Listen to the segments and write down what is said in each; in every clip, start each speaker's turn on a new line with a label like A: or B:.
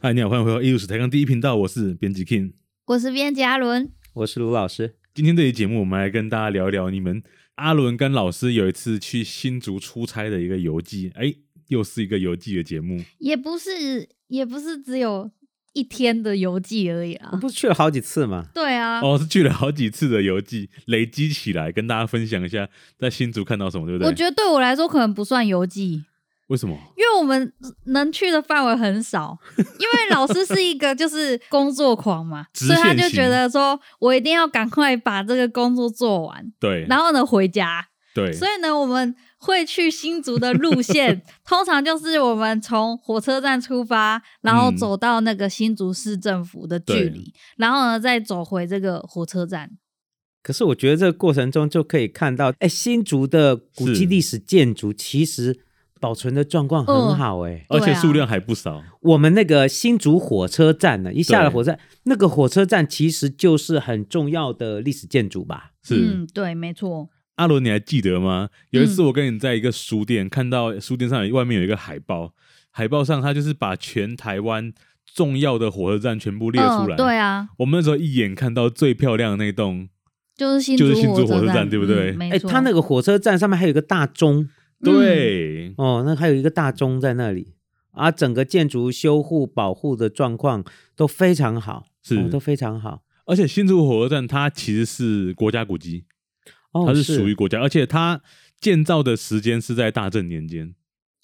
A: 嗨，你好，欢迎回到艺术史台纲第一频道，我是编辑 King。
B: 我是编辑阿伦，
C: 我是卢老师。
A: 今天这期节目，我们来跟大家聊一聊你们阿伦跟老师有一次去新竹出差的一个游记，哎，又是一个游记的节目。
B: 也不是也不是只有一天的游记而已
C: 我
B: 啊。
C: 不是去了好几次吗？
B: 对啊，
A: 哦，是去了好几次的游记，累积起来跟大家分享一下在新竹看到什么，对不
B: 我
A: 对？
B: 觉得对我来说可能不算游记，
A: 为什么？
B: 因为我们能去的范围很少。因为老师是一个就是工作狂嘛，
A: 直
B: 所以他
A: 线
B: 就
A: 型
B: 觉得说我一定要赶快把这个工作做完，
A: 对，
B: 然后呢回家。
A: 对，
B: 所以呢，我们会去新竹的 路线，通常就是我们从火车站出发，然后
A: 嗯
B: 走到那个新竹市政府的距
A: 对
B: 离，然后呢再走回这个火车站。
C: 可是我觉得这个过程中就可以看到，哎，新竹的古
A: 是
C: 迹历史建筑其实保存的状况很好哎、
A: 而且
B: 对啊
A: 数量还不少。
C: 我们那个新竹火车站呢，一下了
A: 对
C: 火车站，那个火车站其实就是很重要的历史建筑吧？
A: 是、
B: 嗯，对，没错，
A: 阿伦，你还记得吗？有一次
B: 嗯
A: 我跟你在一个书店、看到书店上有外面有一个海报，海报上它就是把全台湾重要的火车站全部列出来。
B: 嗯，对啊，
A: 我们那时候一眼看到最漂亮的那栋，
B: 就是新
A: 就是新竹火车
B: 车
A: 站对不对
B: 嗯
C: 哎，
B: 没错，
C: 它那个火车站上面还有一个大钟
A: 对，
C: 哦，那还有一个大钟在那里啊，整个建筑修护保护的状况都非常好，
A: 是
C: 哦都非常好
A: 而且新竹火车站它其实是国家古迹，
C: 哦，
A: 它是属于国家，而且它建造的时间是在大正年间。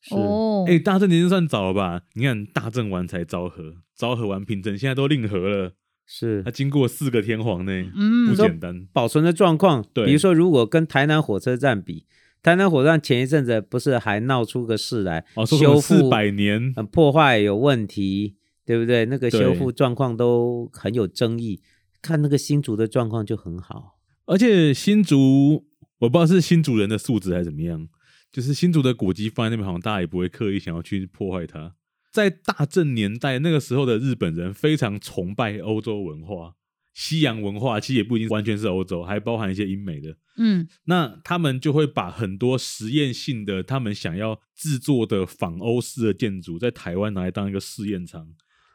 C: 是
B: 哦
A: 哎、，大正年间算早了吧？你看大正完才昭和，昭和完平成，现在都令和了，
C: 是
A: 它经过四个天皇呢，不
B: 嗯，
A: 简单。
C: 保存的状况。
A: 对
C: 比如说如果跟台南火车站比，台南火车站前一阵子不是还闹出个事来，
A: 哦，说什
C: 修
A: 么
C: 复
A: 四百年，
C: 呃破坏有问题，对不对？那个
A: 对
C: 修复状况都很有争议。看那个新竹的状况就很好，
A: 而且新竹，我不知道是新竹人的素质还是怎么样，就是新竹的古迹放在那边，好像大家也不会刻意想要去破坏它。在大正年代那个时候的日本人非常崇拜欧洲文化、西洋文化，其实也不一定完全是欧洲，还包含一些英美的。
B: 嗯，
A: 那他们就会把很多实验性的、他们想要制作的仿欧式的建筑，在台湾拿来当一个试验场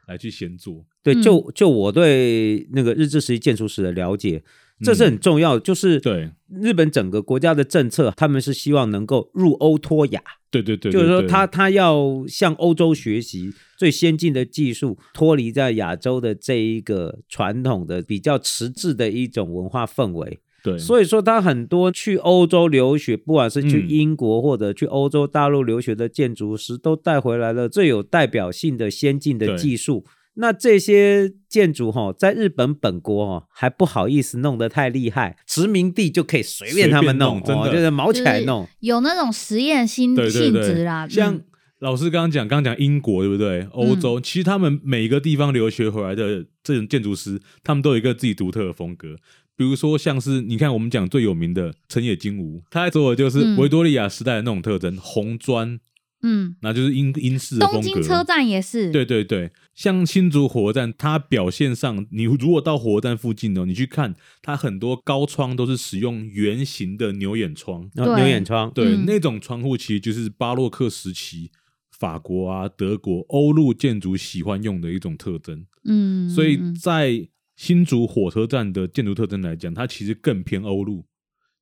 A: 来去先做。
C: 对，
B: 嗯
C: 就就我对那个日治时期建筑史的了解，这是
A: 嗯
C: 很重要的。就是
A: 对，
C: 日本整个国家的政策，他们是希望能够入欧脱亚，
A: 对对对
C: 就是说
A: 对
C: 他他要向欧洲学习最先进的技术，脱离在亚洲的这一个传统的比较迟滞的一种文化氛围。
A: 对，
C: 所以说，他很多去欧洲留学，不管是去
A: 嗯
C: 英国或者去欧洲大陆留学的建筑师，都带回来了最有代表性的先进
A: 对
C: 的技术。那这些建筑哈、在日本本国哦，还不好意思弄得太厉害，殖民地就可以随便他们
A: 随便弄
C: 哦，
A: 真的
C: 就是毛起来
B: 就是
C: 弄。
B: 有那种实验性
A: 对对
B: 性
A: 对
B: 质啦，
A: 像
B: 嗯
A: 老师刚刚讲，刚刚讲英国对不对？欧洲、其实他们每一个地方留学回来的这种建筑师，他们都有一个自己独特的风格。比如说，像是你看我们讲最有名的成野金吾，他在做的就是
B: 嗯
A: 维多利亚时代的那种特征，红砖，
B: 嗯，
A: 那就是英英式的
B: 东
A: 风
B: 京车
A: 格。
B: 站也是，
A: 对对对，像新竹火车站，它表现上，你如果到火车站附近哦，你去看，它很多高窗都是使用圆形的牛眼窗，
C: 然后
B: 对
C: 牛眼窗，
A: 对，
B: 嗯
A: 那种窗户其实就是巴洛克时期法国啊、德国欧陆建筑喜欢用的一种特征。
B: 嗯，
A: 所以
B: 嗯嗯
A: 在新竹火车站的建筑特征来讲，它其实更偏欧陆，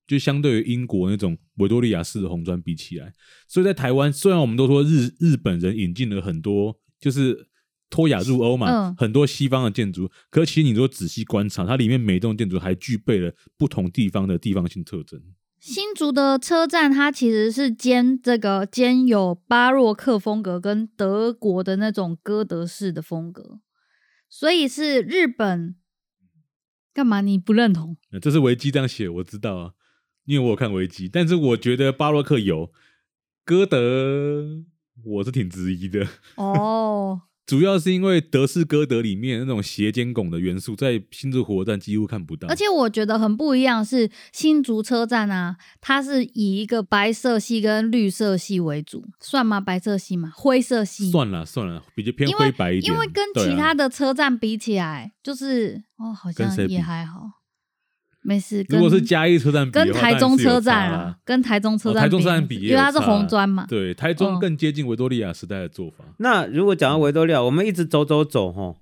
A: 就相对于英国那种维多利亚式的红砖比起来。所以在台湾，虽然我们都说日日本人引进了很多，就是。脱亚入欧嘛，
B: 嗯
A: 很多西方的建筑，可其实你若仔细观察，它里面每一栋建筑还具备了不同地方的地方性特征。
B: 新竹的车站，它其实是兼这个兼有巴洛克风格跟德国的那种哥德式的风格，所以是日本。干嘛你不认同？
A: 呃这是维基这样写，我知道啊，因为我有看维基，但是我觉得巴洛克有，歌德我是挺质疑的，
B: 哦，
A: 主要是因为德式歌德里面那种斜尖拱的元素在新竹火车站几乎看不到，
B: 而且我觉得很不一样是新竹车站啊，它是以一个白色系跟绿色系为主，算吗？白色系吗？灰色系
A: 算了算了，比较偏
B: 因为
A: 灰白一点，
B: 因为跟
A: 对
B: 其
A: 啊
B: 他的车站比起来，就是哦，好
A: 跟
B: 像
A: 谁比
B: 也还好。没事。
A: 如
B: 跟
A: 果是嘉义车站比的话，
B: 跟台中
A: 当然是有
B: 车站
A: 差啦
B: 啊，，跟台中车
A: 哦
B: 站
A: 台
B: 比，
A: 中车站比也有
B: 因为它是
A: 差啦
B: 红砖嘛。嗯
A: 对，台中更接近维多利亚时代的做法。
C: 那如果讲到维多利亚，我们一直走走走吼，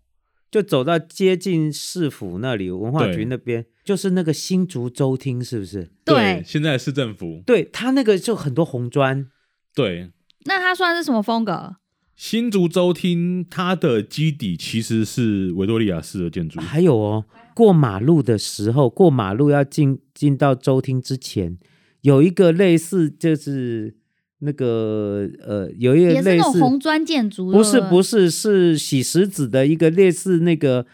C: 就走到接近市府那里，文化
A: 对
C: 局那边，就是那个新竹州厅，是不是？
B: 对
A: 现在的市政府
C: 对，它那个就很多红砖，
A: 对
B: 那它算是什么风格？
A: 新竹州厅，它的基底其实是维多利亚式的建筑，
C: 还有哦，过马路的时候，过马路要进进到州厅之前，有一个类似就是那个呃，有一个
B: 也是
C: 类
B: 那
C: 似
B: 种红砖建筑，
C: 不是不
B: 是，
C: 是是洗石子的一个类似那个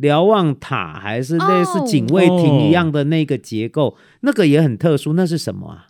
C: 瞭望塔，还是类似
B: 哦
C: 警卫
A: 哦
C: 亭一样的那个结构，那个也很特殊。那是什么啊？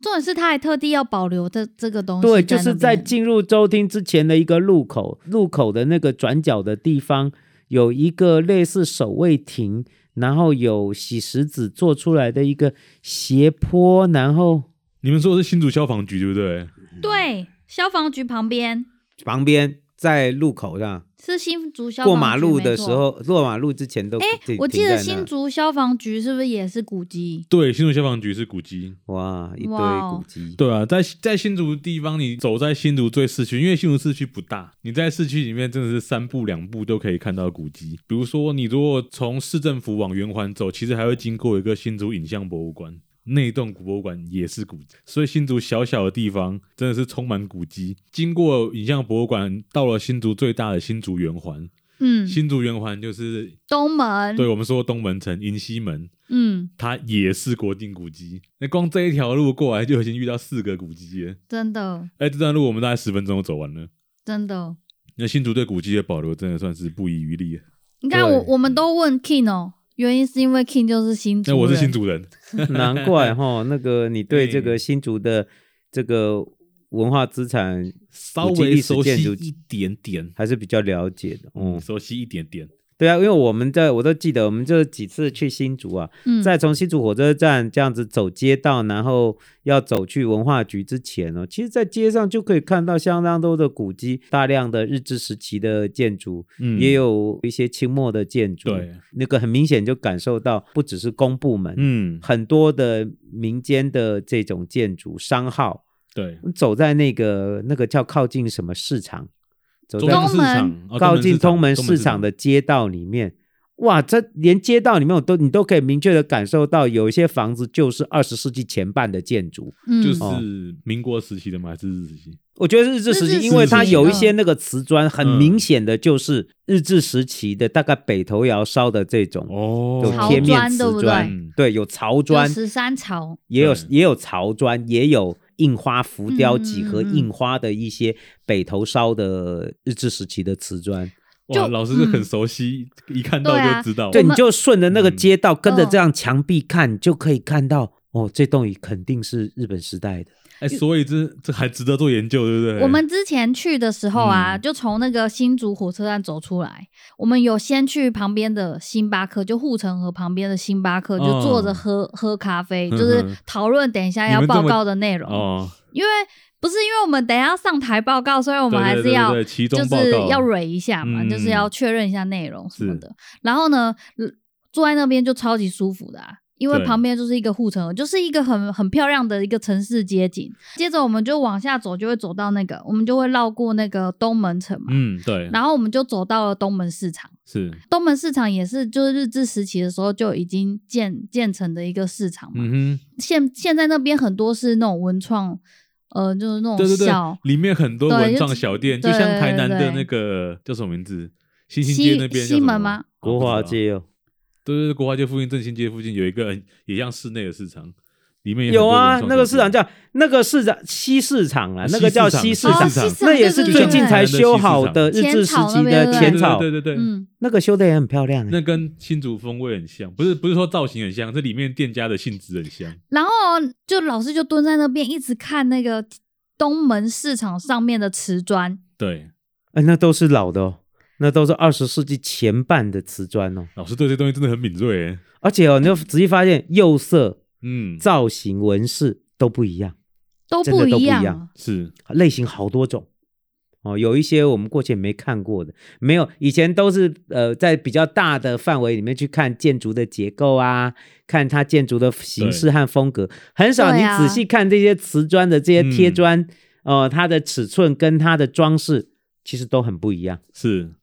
B: 重点是它还特地要保留这这个东西那
C: 对，
B: 边。
C: 就是在进入州厅之前的一个路口，路口的那个转角的地方有一个类似守卫亭，然后有洗石子做出来的一个斜坡，然后
A: 你们说的是新竹消防局对不对？
B: 对消防局旁边
C: 旁边在路口上
B: 是新竹消防局
C: 过马路的时，
B: 没错
C: 候，过马路之前都哎
B: 我记得新竹消防局是不是也是古迹？
A: 对，新竹消防局是古迹。
C: 哇一堆
B: 哇哦
C: 古迹。
A: 对啊，在在新竹地方，你走在新竹最市区，因为新竹市区不大，你在市区里面真的是三步两步都可以看到古迹。比如说，你如果从市政府往圆环走，其实还会经过一个新竹影像博物馆，那一栋博物馆也是古迹。所以新竹小小的地方真的是充满古迹。经过影像博物馆，到了新竹最大的新竹圆环，
B: 嗯，
A: 新竹圆环就是
B: 东门，
A: 对我们说东门城、银西门，
B: 嗯，
A: 它也是国定古迹。那光这一条路过来就已经遇到四个古迹了。
B: 真的
A: 哎，这段路我们大概十分钟就走完了。
B: 真的。
A: 那新竹对古迹的保留真的算是不遗余力。啊
B: 你看
C: 对
B: 我我们都问 King 哦，原因是因为 King 就是新竹
A: 那
B: 人，
A: 我是新竹人，
C: 难怪哈，那个你对这
A: 嗯
C: 个新竹的这个文化资产
A: 稍微熟悉一点点，
C: 还是比较了解的。
A: 嗯，
C: 嗯，
A: 熟悉一点点。
C: 对啊，因为我们在我都记得，我们就几次去新竹啊，
B: 嗯，
C: 在从新竹火车站这样子走街道，然后要走去文化局之前哦，其实，在街上就可以看到相当多的古迹，大量的日治时期的建筑，
A: 嗯
C: 也有一些清末的建筑。
A: 对，
C: 那个很明显就感受到，不只是公部门，
A: 嗯，
C: 很多的民间的这种建筑商号，
A: 对，
C: 走在那个那个叫靠近什么市场，走
A: 中
C: 在
A: 正
B: 东
A: 市场哦
C: 靠近
A: 东门
C: 东门
A: 市场
C: 市场的街道里面，哇，这连街道里面我都你都可以明确的感受到，有一些房子就是二十世纪前半的建筑。
B: 嗯
A: 就是民国时期的嘛，还是日治时期？
C: 我觉得日治时
B: 日
C: 期，
B: 治
C: 因为它
A: 时期
C: 有一
B: 的
C: 些那个瓷砖，很
A: 嗯
C: 明显的就是日治时期的，大概北头窑烧的这种，
A: 哦
C: 有
B: 潮
C: 贴面
B: 砖对
C: 瓷
B: 不
C: 砖，对，有潮
B: 有
C: 砖，
B: 十三朝，
C: 也有
A: 对
C: 也有潮砖，也有印花浮雕几何
B: 嗯嗯嗯
C: 印花的一些北头烧的日治时期的瓷砖，
A: 哇，
B: 就
A: 老师就很
B: 嗯
A: 熟悉，一看到
B: 对啊
A: 就知道。
C: 对，你
B: 们
C: 就顺着那个街道，跟着
B: 嗯
C: 这样墙壁看，你就可以看到哦，这栋肯定是日本时代的。
A: 哎，所以这这还值得做研究，对不对？
B: 我们之前去的时候啊，
A: 嗯
B: 就从那个新竹火车站走出来，我们有先去旁边的星巴克，就护城河旁边的星巴克，
A: 哦
B: 就坐着喝、喝咖啡，
A: 嗯哼
B: 就是讨论等一下
A: 你
B: 要
A: 们这
B: 报
A: 么
B: 告的内容。
A: 哦，
B: 因为不是因为我们等一下上台报告，所以我们还是要
A: 对对对对对其
B: 就
A: 中报告
B: 是要蕊一下嘛，
A: 嗯
B: 就是要确认一下内容什么的。然后呢，呃坐在那边就超级舒服的、啊。因为
A: 对
B: 旁边就是一个护城河，就是一个很很漂亮的一个城市街景。接着我们就往下走，就会走到那个，我们就会绕过那个东门城嘛，
A: 嗯，对，
B: 然后我们就走到了东门市场。
A: 是，
B: 东门市场也是就是日治时期的时候就已经建建成的一个市场嘛。
A: 嗯
B: 现现在那边很多是那种文创，呃，就是那
A: 哼，对
B: 种
A: 对对
B: 小，
A: 里面很多
B: 对
A: 文
B: 就
A: 创
B: 只
A: 小店，就
B: 对
A: 像台南
B: 对
A: 的
B: 对
A: 那个叫什么名字？新兴街
B: 西
A: 那边叫
B: 西
A: 什么
B: 门吗？？
C: 国
A: 不知道
C: 华街哦，
A: 对对对，国华街附近、振兴街附近有一个很也像室内的市场，里面
C: 有啊，那个市场
A: 叫
C: 叫那个市场西市场啊，那个叫西
A: 市
C: 市
B: 哦
C: 场，
B: 西市场
C: 那也是
B: 对对
C: 最近
B: 对
C: 才
A: 对对
C: 修好的日治时期
B: 浅
C: 的浅草
A: 对，对对对，
B: 嗯，
C: 那个修的也很漂亮欸。
A: 那跟新竹风味很像，不是不是说造型很像，这里面店家的性质很像。
B: 然后哦就老师就蹲在那边一直看那个东门市场上面的瓷砖，
A: 对，
C: 哎，那都是老的哦，那都是二十世纪前半的瓷砖哦。
A: 老师对这东西真的很敏锐欸。
C: 而且哦，你就仔细发现，釉色、
A: 嗯，
C: 造型、纹饰都不一样，
B: 都
C: 真的都不一
B: 一样
C: 样
B: 啊。
A: 是
C: 类型好多种哦，有一些我们过去也没看过的，没有以前都是呃在比较大的范围里面去看建筑的结构啊，看它建筑的形式和风格，很少你
B: 对啊
C: 仔细看这些瓷砖的这些贴
A: 嗯
C: 砖，呃，它的尺寸跟它的装饰其实都很不一样。
A: 是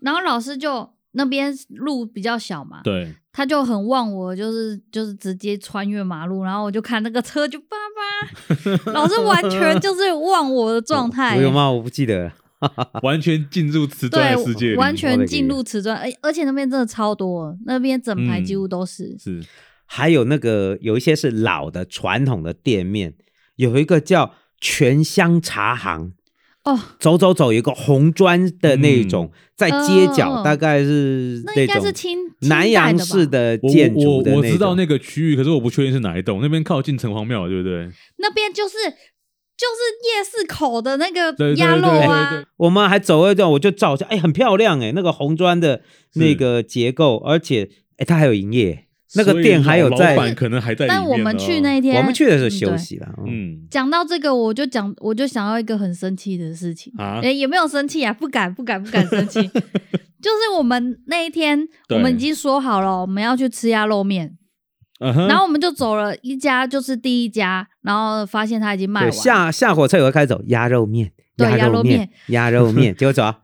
B: 然后老师就那边路比较小嘛，
A: 对，
B: 他就很忘我，就是就是直接穿越马路，然后我就看那个车就叭叭，老师完全 就是忘我的状态、
C: 哦
B: 欸
C: 我有吗？我不记得了。
A: 完全进入瓷砖的世界
B: 啊对，
A: 里，
B: 完
C: 我的
B: 全
C: 个
B: 进入瓷砖，而而且那边真的超多，那边整排
C: 嗯
B: 几乎都是。
A: 是
C: 还有那个有一些是老的传统的店面，有一个叫全香茶行，
B: 哦，
C: 走走走，有一个红砖的
A: 嗯
C: 那种，在街角，
B: 嗯
C: 大概是
B: 那
C: 那
B: 应该是
C: 种
B: 清清代
C: 南洋
B: 的吧
C: 式的
A: 我
C: 建
A: 我
C: 筑的
A: 我我知道
C: 种
A: 那个区域，可是我不确定是哪一栋，那边靠近城隍庙，对不对？
B: 那边就是就是夜市口的那个
A: 对对
B: 鸭
A: 对
B: 肉
A: 对对
B: 啊，
C: 我们还走了一段，我就照一下，哎，很漂亮哎，那个红砖的那个结构，而且哎，它还有营业，那个
A: 所以
C: 店还有
A: 老
C: 在
A: 老板可能还在里面
B: 但
A: 哦。
B: 我们去那一天，
C: 我们去的时候休
B: 嗯对
C: 息了，嗯
A: 嗯
B: 讲到这个，我就讲，我就想要一个很生气的事情，
A: 啊
B: 诶也没有生气啊，不敢，不敢，不敢生 气。就是我们那一天，
A: 对
B: 我们已经说好了，我们要去吃鸭肉面，
A: 嗯哼，
B: 然后我们就走了一家，就是第一家，然后发现他已经卖
C: 对，
B: 完，
C: 下下火车以后开始走鸭肉面，
B: 对
C: 鸭
B: 鸭
C: 肉
B: 肉
C: 面
B: 面，
C: 鸭 肉面，结果走啊，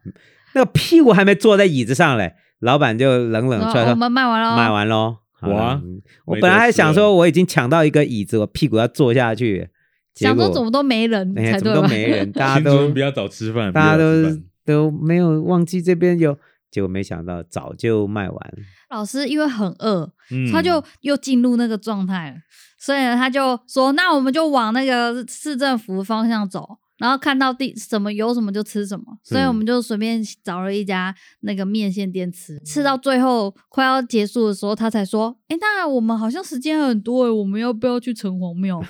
C: 那个屁股还没坐在椅子上嘞，老板就冷
B: 然
C: 冷地
B: 后
C: 说
B: 哦我们卖完了，
C: 卖，完喽。好了
A: 哇
C: 嗯我
A: 没
C: 本来
A: 得
C: 还
A: 吃啊
C: 想
A: 了
C: 说我已经抢到一个椅子，我屁股要坐下去，结
B: 想
C: 果
B: 说怎么都没人
C: 哎
B: 才
C: 怎么
B: 对
C: 都
B: 吧？
C: 没人，大家
A: 新竹人
C: 都
A: 比较早吃饭，
C: 大家
A: 比较早吃
C: 都
A: 饭
C: 都没有忘记这边有，结果没想到早就卖完，
B: 老师因为很饿，
A: 嗯
B: 他就又进入那个状态了，所以呢，他就说：“那我们就往那个市政府方向走，然后看到地什么有什么就吃什么。”所以我们
A: 嗯
B: 就随便找了一家那个面线店吃，吃到最后快要结束的时候，他才说：“哎、那我们好像时间很多诶，我们要不要去城隍 庙？”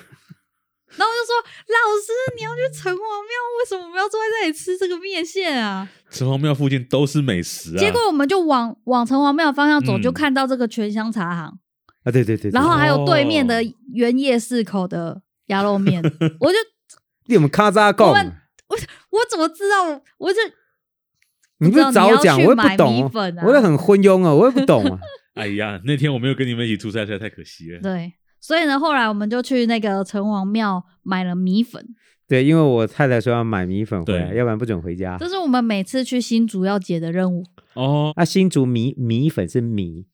B: 然后我就说：“老师，你要去城隍庙，为什么我们要坐在这里吃这个面线啊？”
A: 城隍庙附近都是美食啊。
B: 结果我们就往往城隍庙的方向走，
A: 嗯
B: 就看到这个全香茶行。
C: 啊对对对，对
B: 然后还有对面的
A: 哦
B: 原夜市口的鸭肉 面，我就
C: 你们咔嚓
B: 我
C: 供，
B: 们我怎么知道？我就
C: 你不
B: 知道
C: 是早
B: 要
C: 讲，
B: 去
C: 我也
B: 买
C: 不懂
B: 米粉
C: 哦，
B: 啊
C: 我也很昏庸啊，我也不懂啊。
A: 哎呀，那天我没有跟你们一起出差，实在太可惜了。
B: 对，所以呢，后来我们就去那个城隍庙买了米粉，
C: 对，因为我太太说要买米粉回来，
A: 对
C: 要不然不准回家
B: 这。是我们每次去新竹要解的任务。
A: 哦，
C: 啊，新竹米米粉是米，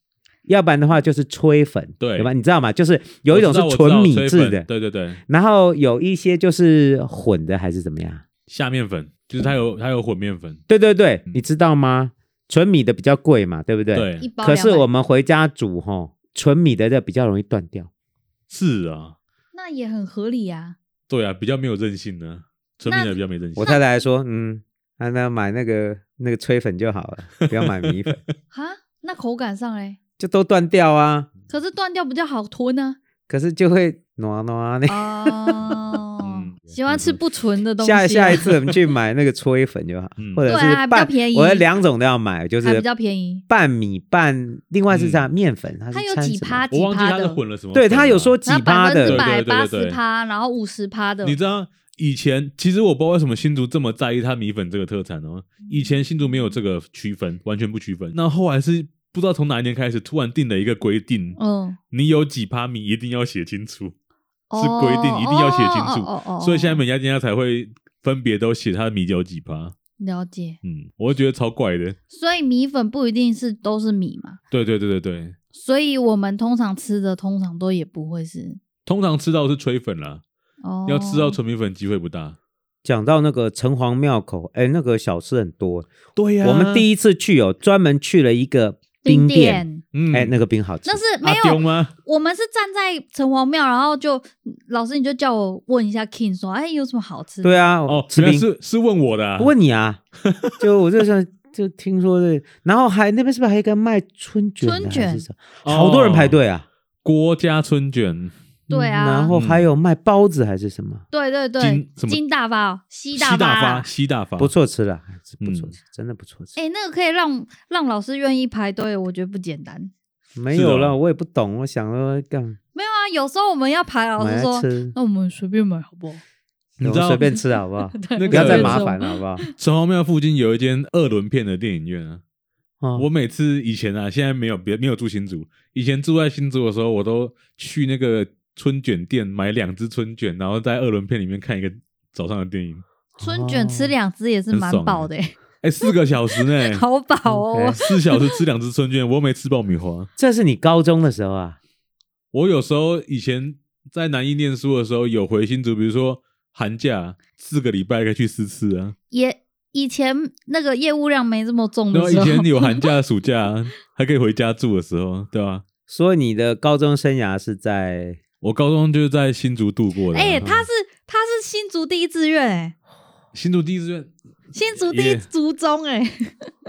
C: 要不然的话就是吹粉，
A: 对
C: 吧？你知道吗？就是有一种
A: 我
C: 是
A: 知道我知道
C: 纯米
A: 吹
C: 制
A: 粉
C: 的，
A: 对对对，
C: 然后有一些就是混的还是怎么样？
A: 下面粉就是它
C: 嗯
A: 有它有混面粉，
C: 对对对，
A: 嗯
C: 你知道吗？纯米的比较贵嘛，对不对？。
A: 对
B: 一，包
C: 可是
B: 200
C: 我们回家煮吼，纯米的这比较容易断掉。
A: 是啊，
B: 那也很合理啊，
A: 对啊，比较没有韧性呢，纯米的比较没韧性
C: 我。太太还说，嗯，啊、那买那个那个吹粉就好了，不要买米 粉，
B: 哈，那口感上嘞，
C: 就都断掉啊。
B: 可是断掉比较好吞 啊。
C: 可是就会 暖暖呢。
B: 哦
A: 嗯，
B: 喜欢吃不纯的东西啊、
C: 下下一次我们去买那个搓衣粉就好，
A: 嗯
C: 或者
B: 对
C: 是
B: 啊还比较
C: 拌，
B: 便宜
C: 我有两种都要买，就
B: 还
C: 是
B: 比较便宜。
C: 拌米拌，另外
A: 嗯
C: 是啥面粉，它
B: 它
C: 是
B: 有
C: 掺
B: 几
C: 什么
B: 趴
A: 我
B: 几
A: 忘记
B: 趴
A: 它是
B: 的，
A: 混了什么粉啊了。
C: 对，它有说几
B: 然后
C: 趴
B: 百分之
C: 的，
B: 百
A: 对对对
B: 八十
A: 对
B: 趴，然后五十趴的，
A: 你知道以前其实我不知道为什么新竹这么在意它米粉这个特产哦。以前新竹没有这个区分，完全不区分。那后来是不知道从哪一年开始，突然定了一个规定，
B: 嗯，
A: 你有几趴米一定要写清楚，是规定一定要写清楚。
B: 哦哦哦哦
A: 所以现在每家店家才会分别都写它的米有几趴。
B: 了解，
A: 嗯，我就觉得超怪的。
B: 所以米粉不一定是都是米嘛，
A: 对对对对对，
B: 所以我们通常吃的通常都也不会是
A: 通常吃到的是吹粉啦，
B: 哦，
A: 要吃到纯米粉机会不大。
C: 讲到那个城隍庙口，哎，那个小吃很多。
A: 对啊
C: 我们第一次去有专门去了一个
B: 冰
C: 冰店，
B: 店，
A: 嗯
C: 哎，那个冰好吃
B: 那。是没
A: 阿丢
B: 有，
A: 吗？
B: 我们是站在城隍庙，然后就老师你就叫我问一下 King 说，哎，有什么好吃？
C: 对啊，
A: 哦，
C: 吃
A: 原来
C: 冰
A: 是是问我的、啊，
C: 不问你啊，就我就想就听说这，然后还那边是不是还有一个卖春卷的？
B: 春卷
C: 还是什么，好多人排队啊。
A: 国哦家春卷，
B: 对啊
C: 嗯然后还有卖包子还是什么，
B: 对对对
A: 金，什么
B: 金大发哦，西
A: 西
B: 大
A: 大
B: 发
A: 发，
B: 啦。
A: 西大发，
C: 不错吃了，还是不错
A: 嗯
C: 吃，真的不错吃。
B: 哎，那个可以让让老师愿意排队，我觉得不简单。
C: 没
A: 是
C: 有
A: 的哦
C: 了，我也不懂，我想说干
B: 没有啊，有时候我们要排，老
C: 买
B: 师
C: 来
B: 说，
C: 吃。
B: 那我们随便买好不好？
A: 你知道
C: 我随便吃好 不好？
B: 对
A: 那个
B: 我
C: 不要
B: 觉
C: 再
B: 得
C: 麻
B: 这
C: 烦了
B: 种
C: 好不好？
A: 城隍庙附近有一间二轮片的电影院啊。
C: 哦
A: 我每次以前啊，现在没有别没有住新竹，以前住在新竹的时候，我都去那个春卷店买两只春卷，然后在二轮片里面看一个早上的电影，
B: 春卷吃两只也是
A: 很
B: 蛮
A: 爽
B: 饱
A: 欸
B: 的欸，
A: 哎、四个小时呢，
B: 好饱哦
C: OK。
A: 四小时吃两只春卷，我又没吃爆米花。
C: 这是你高中的时候啊？
A: 我有时候以前在南艺念书的时候，有回新竹，比如说寒假四个礼拜可以去四次啊，
B: 也以前那个业务量没这么重
A: 然
B: 的
C: 啊
A: 后以
B: 时候，
A: 前有寒假、暑假啊还可以回家住的时候，对吧、
C: 所以你的高中生涯是在
A: 我高中就是在新竹度过的啊，
B: 哎、他是他是新竹第一志愿哎、
A: 新竹第一志愿
B: 新竹第一
A: 也
B: 族中哎、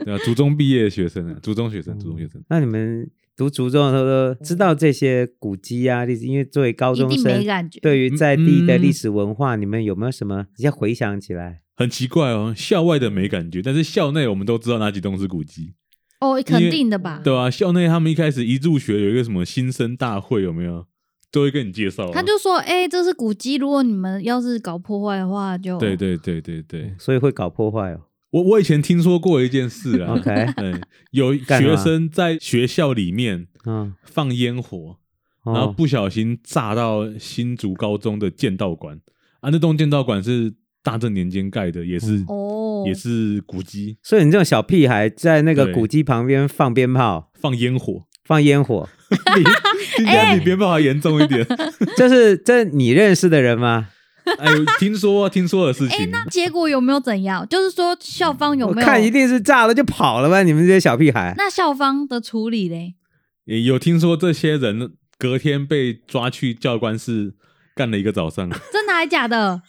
A: 对啊，初中毕业的学生啊，初中学生，初中学生，
C: 那你们读初中的时候都知道这些古迹啊历史，因为作为高
B: 一
C: 中
B: 定
C: 生
B: 没，感觉。
C: 对于在地的历
A: 嗯
C: 史文化，你们有没有什么一下回想起来？
A: 很奇怪哦。校外的没感觉，但是校内我们都知道哪几栋是古迹，
B: 哦，肯定的吧？
A: 对吧、校内他们一开始一入学有一个什么新生大会，有没有？都会跟你介绍啊、
B: 他就说：“哎、这是古迹，如果你们要是搞破坏的话就，
A: 对对对对对，
C: 所以会搞破坏哦。
A: 我我以前听说过一件事啊，
C: OK，
A: 对，有
C: 干嘛
A: 学生在学校里面
C: 嗯，
A: 放烟火，然后
C: 哦，
A: 啊不小心炸到新竹高中的剑道馆啊，那栋剑道馆是大正年间盖的，也是、
B: 哦，
A: 也是古迹，
C: 所以你这种小屁孩在那个
A: 对
C: 古迹旁边放鞭炮、
A: 放烟火，
C: 放烟火，
A: 比听起
B: 哎
A: 来比鞭炮还严重 一点。
C: 这是这你认识的人吗？
A: 哎呦，听说啊听说的
B: 哎
A: 事情，
B: 结果有没有怎样？就是说校方有
C: 我
B: 没有？
C: 看一定是炸了就跑了吧，你们这些小屁孩。
B: 那校方的处理嘞？
A: 也有听说这些人隔天被抓去教官室干了一个早 上，
B: 真的还假 的？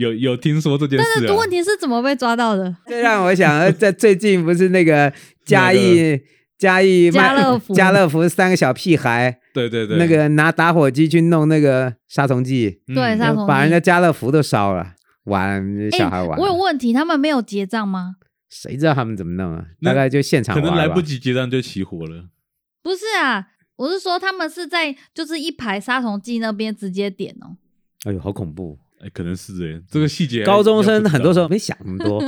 A: 有有听说这件
B: 但
A: 事
B: 是
A: 啊？
B: 问题是怎么被抓到的？
C: 这让我想，呃在最近不是 那个嘉义、嘉义
B: 家
C: 卖
B: 乐福
C: 家乐福三个小屁孩，
A: 对对对，
C: 那个拿打火机去弄那个杀虫剂，
A: 嗯
B: 对杀虫剂
C: 把人家家乐福都烧了，玩
B: 哎
C: 小孩玩，
B: 我有问题，他们没有结账吗？
C: 谁知道他们怎么弄啊？
A: 那
C: 大概就现场
A: 可能
C: 玩
A: 来
C: 吧
A: 不。及结账就起火了。
B: 不是啊，我是说他们是在就是一排杀虫剂那边直接点哦、
C: 哎呦，好恐怖！
A: 哎，可能是哎，这个细节
C: 高中生很多时
A: 候。
C: 候没想那么 多，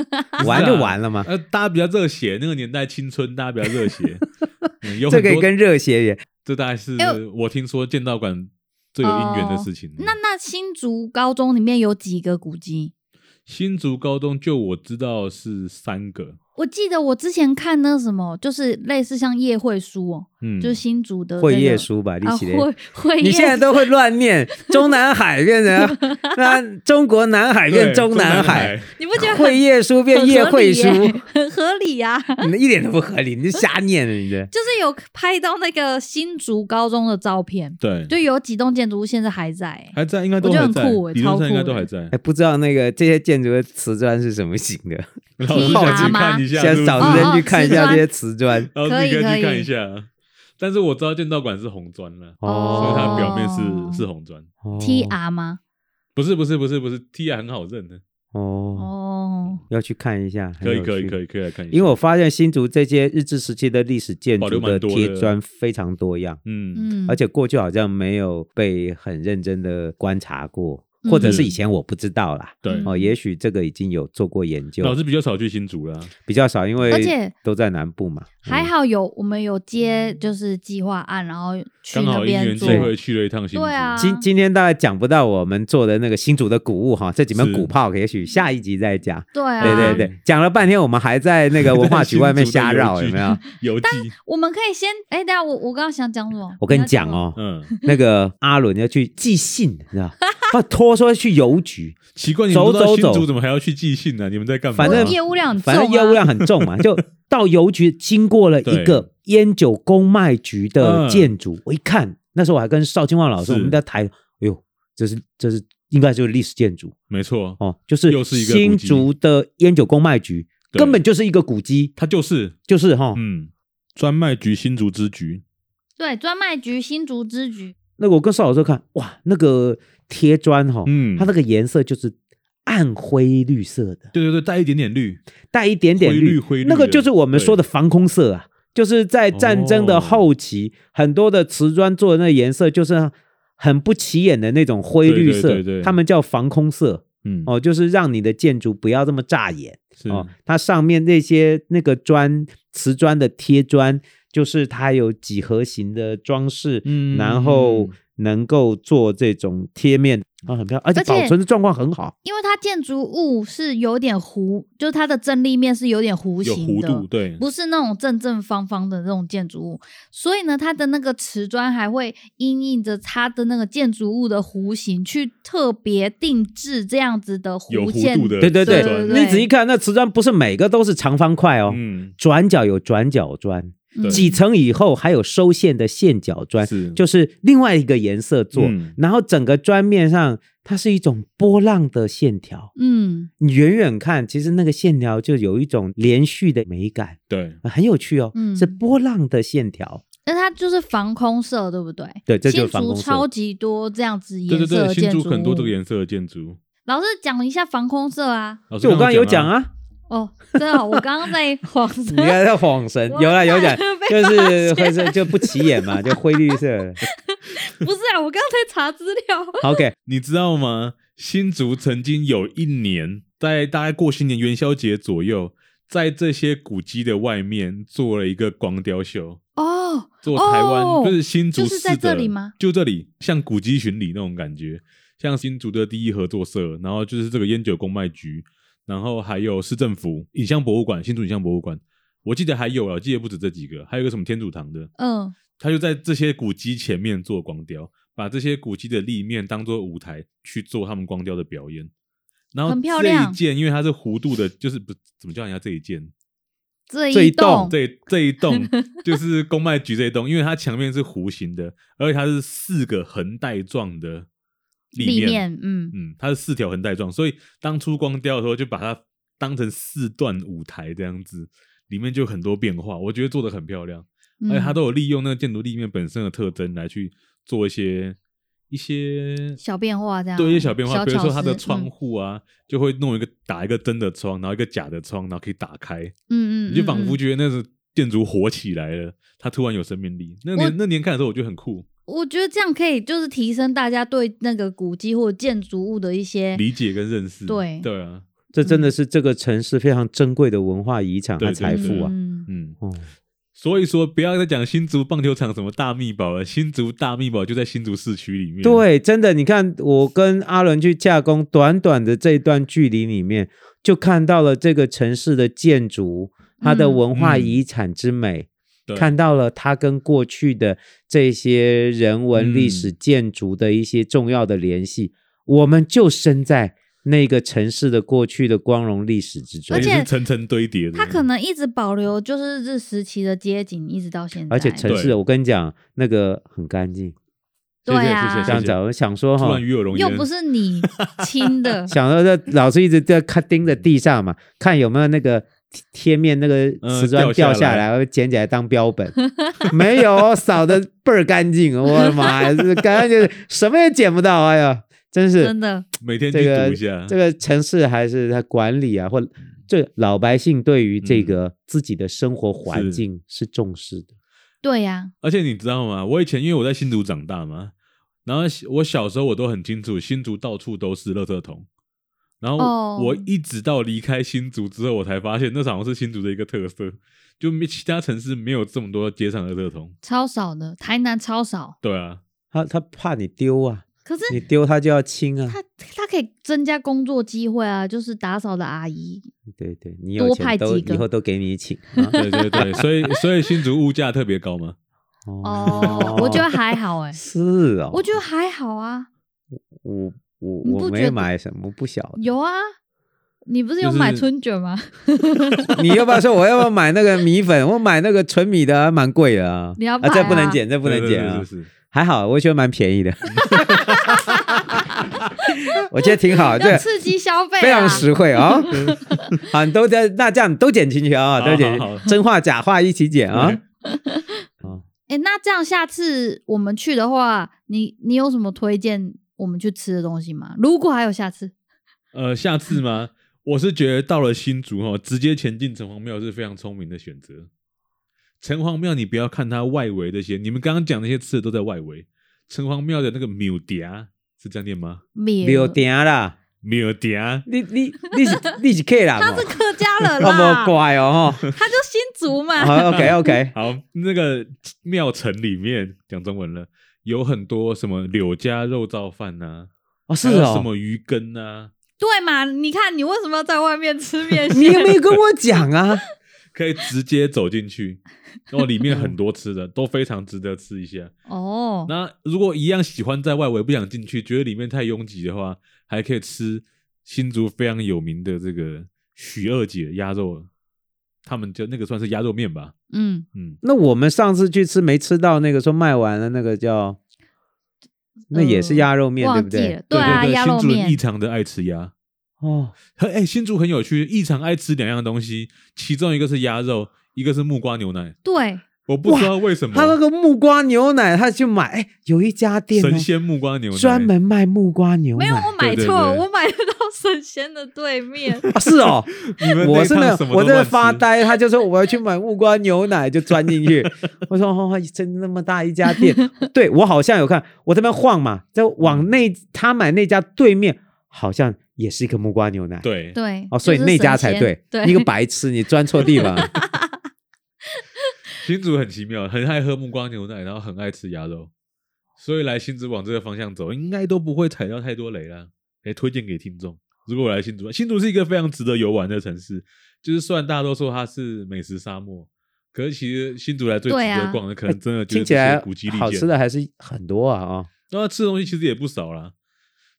C: 玩就玩
B: 啊
C: 了嘛。
A: 呃，大家比较热血，那个年代青春，大家比较热 血，嗯、有
C: 这
A: 很
C: 可以
A: 多，
C: 跟热血也
A: 这大概是
B: 哎哦
A: 我听说剑道馆最有姻缘的事情。
C: 嗯
B: 那那新竹高中里面有几个古迹？
A: 新竹高中就我知道是三个，
B: 我记得我之前看那什么，就是类似像夜会书哦、
A: 嗯，
B: 就是新竹的、这
C: 会
B: 个
C: 夜书吧，你
B: 啊，
C: 起
B: 会
C: 来。
B: 会
C: 你
B: 夜
C: 现在都会乱 念，中南海变成那中国南海
A: 对
C: 变中南海，
A: 海，
B: 你不觉得很
C: 会夜书变
B: 很
C: 夜
B: 合
C: 会
B: 理
C: 书
B: 耶， 很合理呀、
C: 你一点都不合理，你就瞎念了，你这。
B: 就是有拍到那个新竹高中的照片，
A: 对，
B: 就有几栋建筑物现在还在欸、
A: 还在，应该都
B: 我觉
A: 还
B: 得很
A: 在
B: 酷，哎
A: 理论
B: 超
A: 上应该
B: 酷
A: 都
B: 的
A: 还在
C: 哎，。不知道那个这些建筑的瓷砖是什么型 的，
A: 然后我就
B: 好
A: 去
B: 奇
A: 看一下，
C: 先
A: 是不
C: 找
A: 是
B: 哦
C: 人去看一
B: 瓷
C: 下
B: 砖
C: 这些瓷砖。
A: 然后
B: 可
A: 自己可
B: 以可
A: 以去看
B: 以
A: 一下。但是我知道剑道馆是红砖了，所以它
C: 哦
A: 表面
B: 哦
A: 是是红砖，
B: T R 吗？
A: 不是不是不是不是，T 啊很好认的，
C: 哦，
B: 哦，
C: 要去看一下，
A: 可以可以可
C: 以。
A: 以可以来看一下。
C: 因为我发现新竹这些日治时期的历史建
A: 保留
C: 筑
A: 蛮
C: 的
A: 多的
C: 贴砖非常多样，
A: 嗯，
B: 嗯，
C: 而且过去好像没有被很认真的观察过，或者是以前我不知道啦。
A: 对，
B: 嗯
C: 哦，也许这个已经有做过研究
A: 老，师比较少去新竹啦，
C: 比较少，因
B: 而
C: 为
B: 且
C: 都在南部嘛。
B: 还
C: 嗯
B: 好有我们有接就是计划案，然后去
A: 刚
B: 那
A: 好因
B: 边
A: 缘
B: 做
A: 际。会去了一趟新竹。
B: 对啊
C: 今今天大概讲不到我们做的那个新竹的古物哈，这几门
A: 是
C: 古炮也许下一集再讲。
B: 对啊，
C: 对对对，讲了半天，我们还在那个文化局外面瞎绕，有没 有？？
A: 邮寄，
B: 我们可以先哎，等一下我我刚刚想讲什么？
C: 我跟你
B: 要
C: 讲
B: 什么，
C: 哦，
A: 嗯，
C: 那个阿伦要去寄信，你知道，不拖说去邮局，
A: 奇怪，你们
C: 走
A: 不知道
C: 走
A: 新
C: 走
A: 竹怎么还要去寄信啊呢？你们在干嘛？
C: 反正
B: 业务量很重、
C: 反
B: 啊，
C: 正业务量很重嘛，就到邮局，经过了一个烟酒公卖局的建筑，我一看，那时候我还跟邵清旺老师
A: 是
C: 我们在台，哎呦，这是这是应该就是历史建筑
A: 没错，
C: 哦，就是
A: 又是一个古迹
C: 新竹的烟酒公卖局，
A: 对
C: 根本就是一个古迹，
A: 它就是，
C: 就是哈、
A: 嗯，专卖局新竹支局，
B: 对专卖局新竹支局，
C: 那个我跟邵老师看，哇，那个贴砖哈、
A: 嗯
C: 它那个颜色就是暗灰绿色的，
A: 对对对，带一点点绿，
C: 带一点点
A: 灰
C: 绿，
A: 绿灰绿的
C: 那个就是我们说的防空色啊，就是在战争的后期，
A: 哦
C: 很多的瓷砖做的那个颜色就是很不起眼的那种灰绿色，
A: 对对对对
C: 他们叫防空色。
A: 嗯，
C: 哦，就是让你的建筑不要这么扎眼
A: 是
C: 哦。它上面那些那个砖瓷砖的贴砖，就是它有几何形的装饰，
A: 嗯
C: 然后能够做这种贴面啊、很漂亮，而且
B: 而且
C: 保存的状况很好。
B: 因为它建筑物是有点弧，就是它的正立面是有点弧
A: 有
B: 形
A: 弧
B: 的，
A: 度，对，
B: 不是那种正正方方的那种建筑物，所以呢，它的那个瓷砖还会因应着它的那个建筑物的弧形去特别定制这样子的
A: 有
B: 弧
A: 弧
B: 线
A: 度的
C: 对对
A: 瓷
C: 对
A: 砖
B: 对
C: 你仔细看，那瓷砖不是每个都是长方块哦，
A: 嗯，
C: 转角有转角砖，
B: 嗯
A: 对
C: 几层以后还有收线的线角砖，
A: 是
C: 就是另外一个颜色做，
A: 嗯
C: 然后整个砖面上它是一种波浪的线条，
B: 嗯，
C: 你远远看，其实那个线条就有一种连续的美感，
A: 对，
C: 很有趣哦，
B: 嗯
C: 是波浪的线条。
B: 那它就是防空色，对不对？
C: 对这就
B: 新
C: 是防
B: 竹
C: 空色
B: 超级多这样子
A: 对
B: 颜
A: 对
B: 色
A: 对，
B: 的
A: 新
B: 建
A: 竹
B: 筑
A: 很多这个
B: 物
A: 颜色的建筑。
B: 老师讲一下防空色啊。
A: 老师
C: 就我刚刚有
A: 讲
C: 讲， 啊，
B: 哦，真的哦、我刚刚在晃神
C: 你。看在晃神，有啦有讲，
B: 被发
C: 就是
B: 现
C: 灰色就不起眼 嘛，就灰绿色。
B: 不是啊，我刚才查资料。
C: OK，
A: 你知道吗？新竹曾经有一年，在大概过新年元宵节左右，在这些古迹的外面做了一个光雕秀，
B: 哦，
A: 做台湾、
B: 哦
A: 就是新竹
B: 就是在
A: 市的
B: 这里吗？
A: 就这里，像古迹巡礼那种感觉，像新竹的第一合作社，然后就是这个烟酒公卖局，然后还有市政府影像博物馆，新竹影像博物馆，我记得还有啊，我记得不止这几个，还有一个什么天主堂的，
B: 嗯，
A: 他就在这些古迹前面做光雕，把这些古迹的立面当做舞台去做他们光雕的表演。然后
B: 很漂
A: 这一
B: 亮
A: 件，因为它是弧度的，就是不怎么叫人家这一件，
B: 这
C: 这一
B: 一栋
C: 栋
A: 这这一 栋就是公卖局这一栋，因为它墙面是弧形的，而且它是四个横带状的立
B: 里
A: 面，
B: 面，嗯，
A: 嗯，它是四条横带状，所以当初光雕的时候就把它当成四段舞台这样子，里面就有很多变化，我觉得做的很漂亮。而哎且它
B: 嗯
A: 都有利用那个建筑立面本身的特征来去做一些一些
B: 嗯小变化这样，
A: 对一些小变化，比如说它的
B: 巧思嗯
A: 窗，户啊，就会弄一个打一个真的窗，然后一个假的窗，然后可以打开，
B: 嗯嗯嗯，
A: 你就仿佛
B: 嗯
A: 觉得那是建筑火起来了，它突然有生命力。那
B: 我
A: 年那年看的时候，我觉得很酷，
B: 我觉得这样可以就是提升大家对那个古迹或建筑物的一些
A: 理解跟认识，
B: 对
A: 对啊，
C: 这真的是这个城市非常珍贵的文化遗产
A: 对
C: 和
A: 对
C: 财富啊。
B: 嗯
A: 嗯。
C: 哦，
A: 所以说，不要再讲新竹棒球场什么大密宝了，新竹大密宝就在新竹市区里面。，
C: 对，真的，你看我跟阿伦去架工，短短的这段距离里面，就看到了这个城市的建筑，它的
B: 嗯
C: 文化
A: 嗯
C: 遗产之美，
A: 对
C: 看到了它跟过去的这些人文历史
A: 嗯
C: 建筑的一些重要的联系。我们就身在那个城市的过去的光荣历史之中
B: 而，且
A: 是层层堆叠的。
B: 它可能一直保留就是日时期的街景，一直到现在，
C: 而且城市，
A: 对
C: 我跟你讲，那个很干净。
A: 谢
B: 对
A: 谢
B: 啊
A: 谢谢
C: 这样
A: 谢
C: 子，
A: 谢
C: 我想说
A: 突
C: 哈
A: 然，与有容
B: 又
A: 焉
B: 不是 你亲的，
C: 想到这老师一直在看盯着地 上嘛，看有没有那个贴贴面那个
A: 嗯
C: 瓷砖
A: 掉
C: 掉
A: 下来
C: 下来，我捡起来当标本。 没有，扫的倍儿干净，我的妈呀，这感觉就是什么也捡不到，哎呀，真是
B: 真的，
A: 每天去
C: 这
A: 读一
C: 个
A: 下，
C: 这个城市还是它管理啊，或
B: 嗯
C: 这老百姓对于这个自己的生活环
A: 是
C: 境是重视的。
B: 对呀，
A: 而且你知道吗？我以前因为我在新竹长大嘛，然后我小时候我都很清楚，新竹到处都是垃圾桶。然后
B: 哦
A: 我一直到离开新竹之后，我才发现那好像是新竹的一个特色，就没其他城市没有这么多街上的垃圾桶。
B: 超少的，台南超少，
A: 对 啊，。
C: 他他怕你丢啊，
B: 可是
C: 你丢他就要清啊。
B: 它它可以增加工作机会啊，就是打扫的阿姨，
C: 对对，你有
B: 多
C: 钱
B: 派
C: 都
B: 几个
C: 以后都给你请啊
A: 对对对，所以所以新竹物价特别高嘛。
B: 哦，我觉得还 好哎、
C: 是哦，
B: 我觉得还好啊，
C: 我我
B: 你
C: 我
B: 不
C: 没
B: 觉
C: 有
B: 得
C: 买什么，不晓得。
B: 有啊，你不是有买
A: 就是
B: 春卷吗？
C: 你要不要说我要不要买那个米粉？我买那个纯米的蛮贵的啊，
B: 你要
C: 啊，这
B: 买
C: 不能
B: 啊
C: 减，这不能
A: 对对
C: 减
A: 对
C: 啊。
A: 是是
C: 还好，我觉得蛮便宜的， 我觉得挺
B: 要
C: 好，这
B: 刺激消费、啊，
C: 啊非常实惠 啊。好，你都在那这样都减进去啊，
A: 好
C: 都减
A: 好好，
C: 真话假话一起减啊。
B: 哎、那这样下次我们去的话，你你有什么推荐我们去吃的东西吗？如果还有下次，
A: 呃，下次吗？我是觉得到了新竹哈，直接前进城隍庙是非常聪明的选择。城隍庙，你不要看它外围这些，你们刚刚讲那些吃的都在外围。城隍庙的那个米嗲是这样念吗？
B: 米
C: 柳丁啦，
A: 没有嗲，
C: 你你你是你是客人
B: 他
C: 哦
B: 是，客家人
C: 我
B: 啦，
C: 无怪哦啊吼。
B: 他就新竹嘛。
C: 好，OK OK，
A: 好，那个庙城里面讲中文了，有很多什么柳家肉燥饭呐、
C: 哦是
A: 还有什
C: 哦，
A: 么鱼羹啊呐、
B: 对嘛？你看你为什么要在外面吃面
C: 你有
B: 线？
C: 没有跟我讲啊？
A: 可以直接走进去，然后里面很多吃的，都非常值得吃一下。
B: 哦，
A: 那如果一样喜欢在外围不想进去，觉得里面太拥挤的话，还可以吃新竹非常有名的这个许二姐鸭肉，他们就那个算是鸭肉面吧，
B: 嗯，
A: 嗯，
C: 那我们上次去吃没吃到那个说卖完了那个叫，那也是鸭肉面、
B: 嗯
C: 对
B: 忘
C: 不
B: 记了
C: 对？，
B: 啊，
A: 对对
B: 鸭肉
A: 对，新竹人异
B: 面，
A: 常的爱吃鸭。
C: 哦，
A: 很哎、新竹很有趣，异常爱吃两样东西，其中一个是鸭肉，一个是木瓜牛奶。
B: 对，
A: 我不知道为什么，
C: 他那个木瓜牛奶，他去买，哎，有一家店、哦、
A: 神仙木瓜牛奶
C: 专门卖木瓜牛奶，
B: 没有我买
A: 对对
B: 错了，
A: 对
B: 我买得到神仙的对 面。
C: 啊是哦，
A: 你们
C: 我
A: 那一
C: 真
A: 趟
C: 的
A: 什么
C: 我
A: 都
C: 真的
A: 乱吃
C: 发。呆，他就说我要去买木瓜牛奶，就钻进去。 我说哦，真那么大一家 店，对我好像有看，我这边晃嘛，在
A: 嗯
C: 往那他买那家对面好像也是一个木瓜牛奶，
A: 对，
B: 对，
C: 哦，所以
B: 就是
C: 那家
B: 神
C: 才
B: 仙
C: 对，
B: 对，
C: 你个白痴，你钻错地 方了。
A: 新竹很奇妙，很爱喝木瓜牛奶，然后很爱吃鸭肉，所以来新竹往这个方向走，应该都不会踩到太多雷啦。哎、推荐给听众，如果我来新竹，新竹是一个非常值得游玩的城市，就是虽然大家都说它是美食沙漠，可是其实新竹来最值
B: 对啊
A: 得逛的，可能真的就是
C: 哎听
A: 这
C: 起
A: 些
C: 来
A: 古迹历
C: 好
A: 建
C: 吃的还是很多啊啊、
A: 那吃的东西其实也不少啦，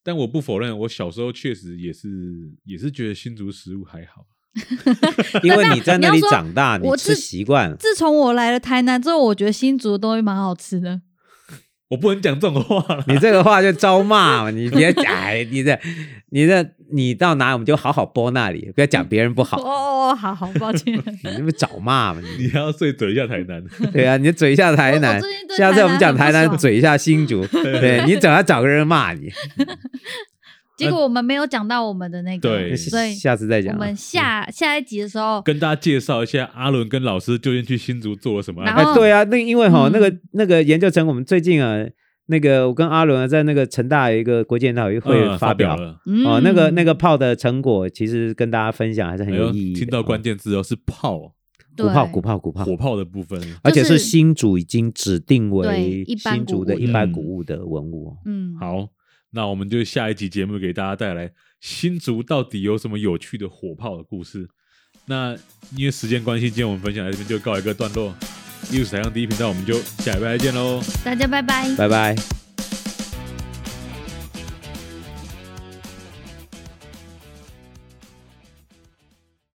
A: 但我不否认，我小时候确实也是也是觉得新竹食物还好。
C: 因为
B: 那
C: 你在
B: 你
C: 那
B: 要
C: 里
B: 说
C: 长大，你
B: 我
C: 吃
B: 自
C: 习惯了。
B: 自从我来了台南之后，我觉得新竹的东西蛮好吃的。
A: 我不能讲这种话啦，
C: 你这个话就招骂 嘛，你别哎，你这、你这、你到哪我们就好好播那里，不要讲别人 不好，
B: 哦，好好，抱歉。
C: 你这不找骂嘛？你
A: 你还要碎嘴一下台南。
C: 对啊，你嘴一下 台南
B: 我最近，对
C: 下次我们讲台
B: 台南很不
C: 南，
B: 爽嗯
C: 嘴一下新竹，对你总要找个人骂你。
B: 结果我们没有讲到我们的那个，
A: 对
B: 所以
C: 下次再
B: 我
C: 讲啊。
B: 们下下一集的时候，
A: 跟大家介绍一下阿伦跟老师究竟去新竹做了什么安
B: 然
A: 排。
C: 哎，
B: 后
C: 对啊，那因为哈，
B: 嗯
C: 那个那个研究成，我们最近啊，那个我跟阿伦啊在那个成大有一个国际研讨会
A: 嗯
C: 发
A: 发
C: 表，
A: 了，
B: 嗯，
C: 哦，那个那个泡的成果，其实跟大家分享还是很
A: 哎
C: 有
A: 呦，
C: 意义的。
A: 听到关
C: 哦
A: 键字哦，是炮
C: 鼓泡
B: 嗯对
C: 鼓泡鼓泡，
A: 火炮的部分。
C: 而且
B: 就是是
C: 新竹已经指定为
B: 对一般
C: 新
B: 古
C: 竹的
B: 物
C: 一
A: 的嗯
C: 般古物的文物哦。
B: 嗯，
A: 好，那我们就下一集节目给大家带来新竹到底有什么有趣的火炮的故事。那因为时间关系，今天我们分享到这边就告一个段落。艺术台上第一频道，我们就下礼拜再见喽。
B: 大家拜拜。
C: 拜拜。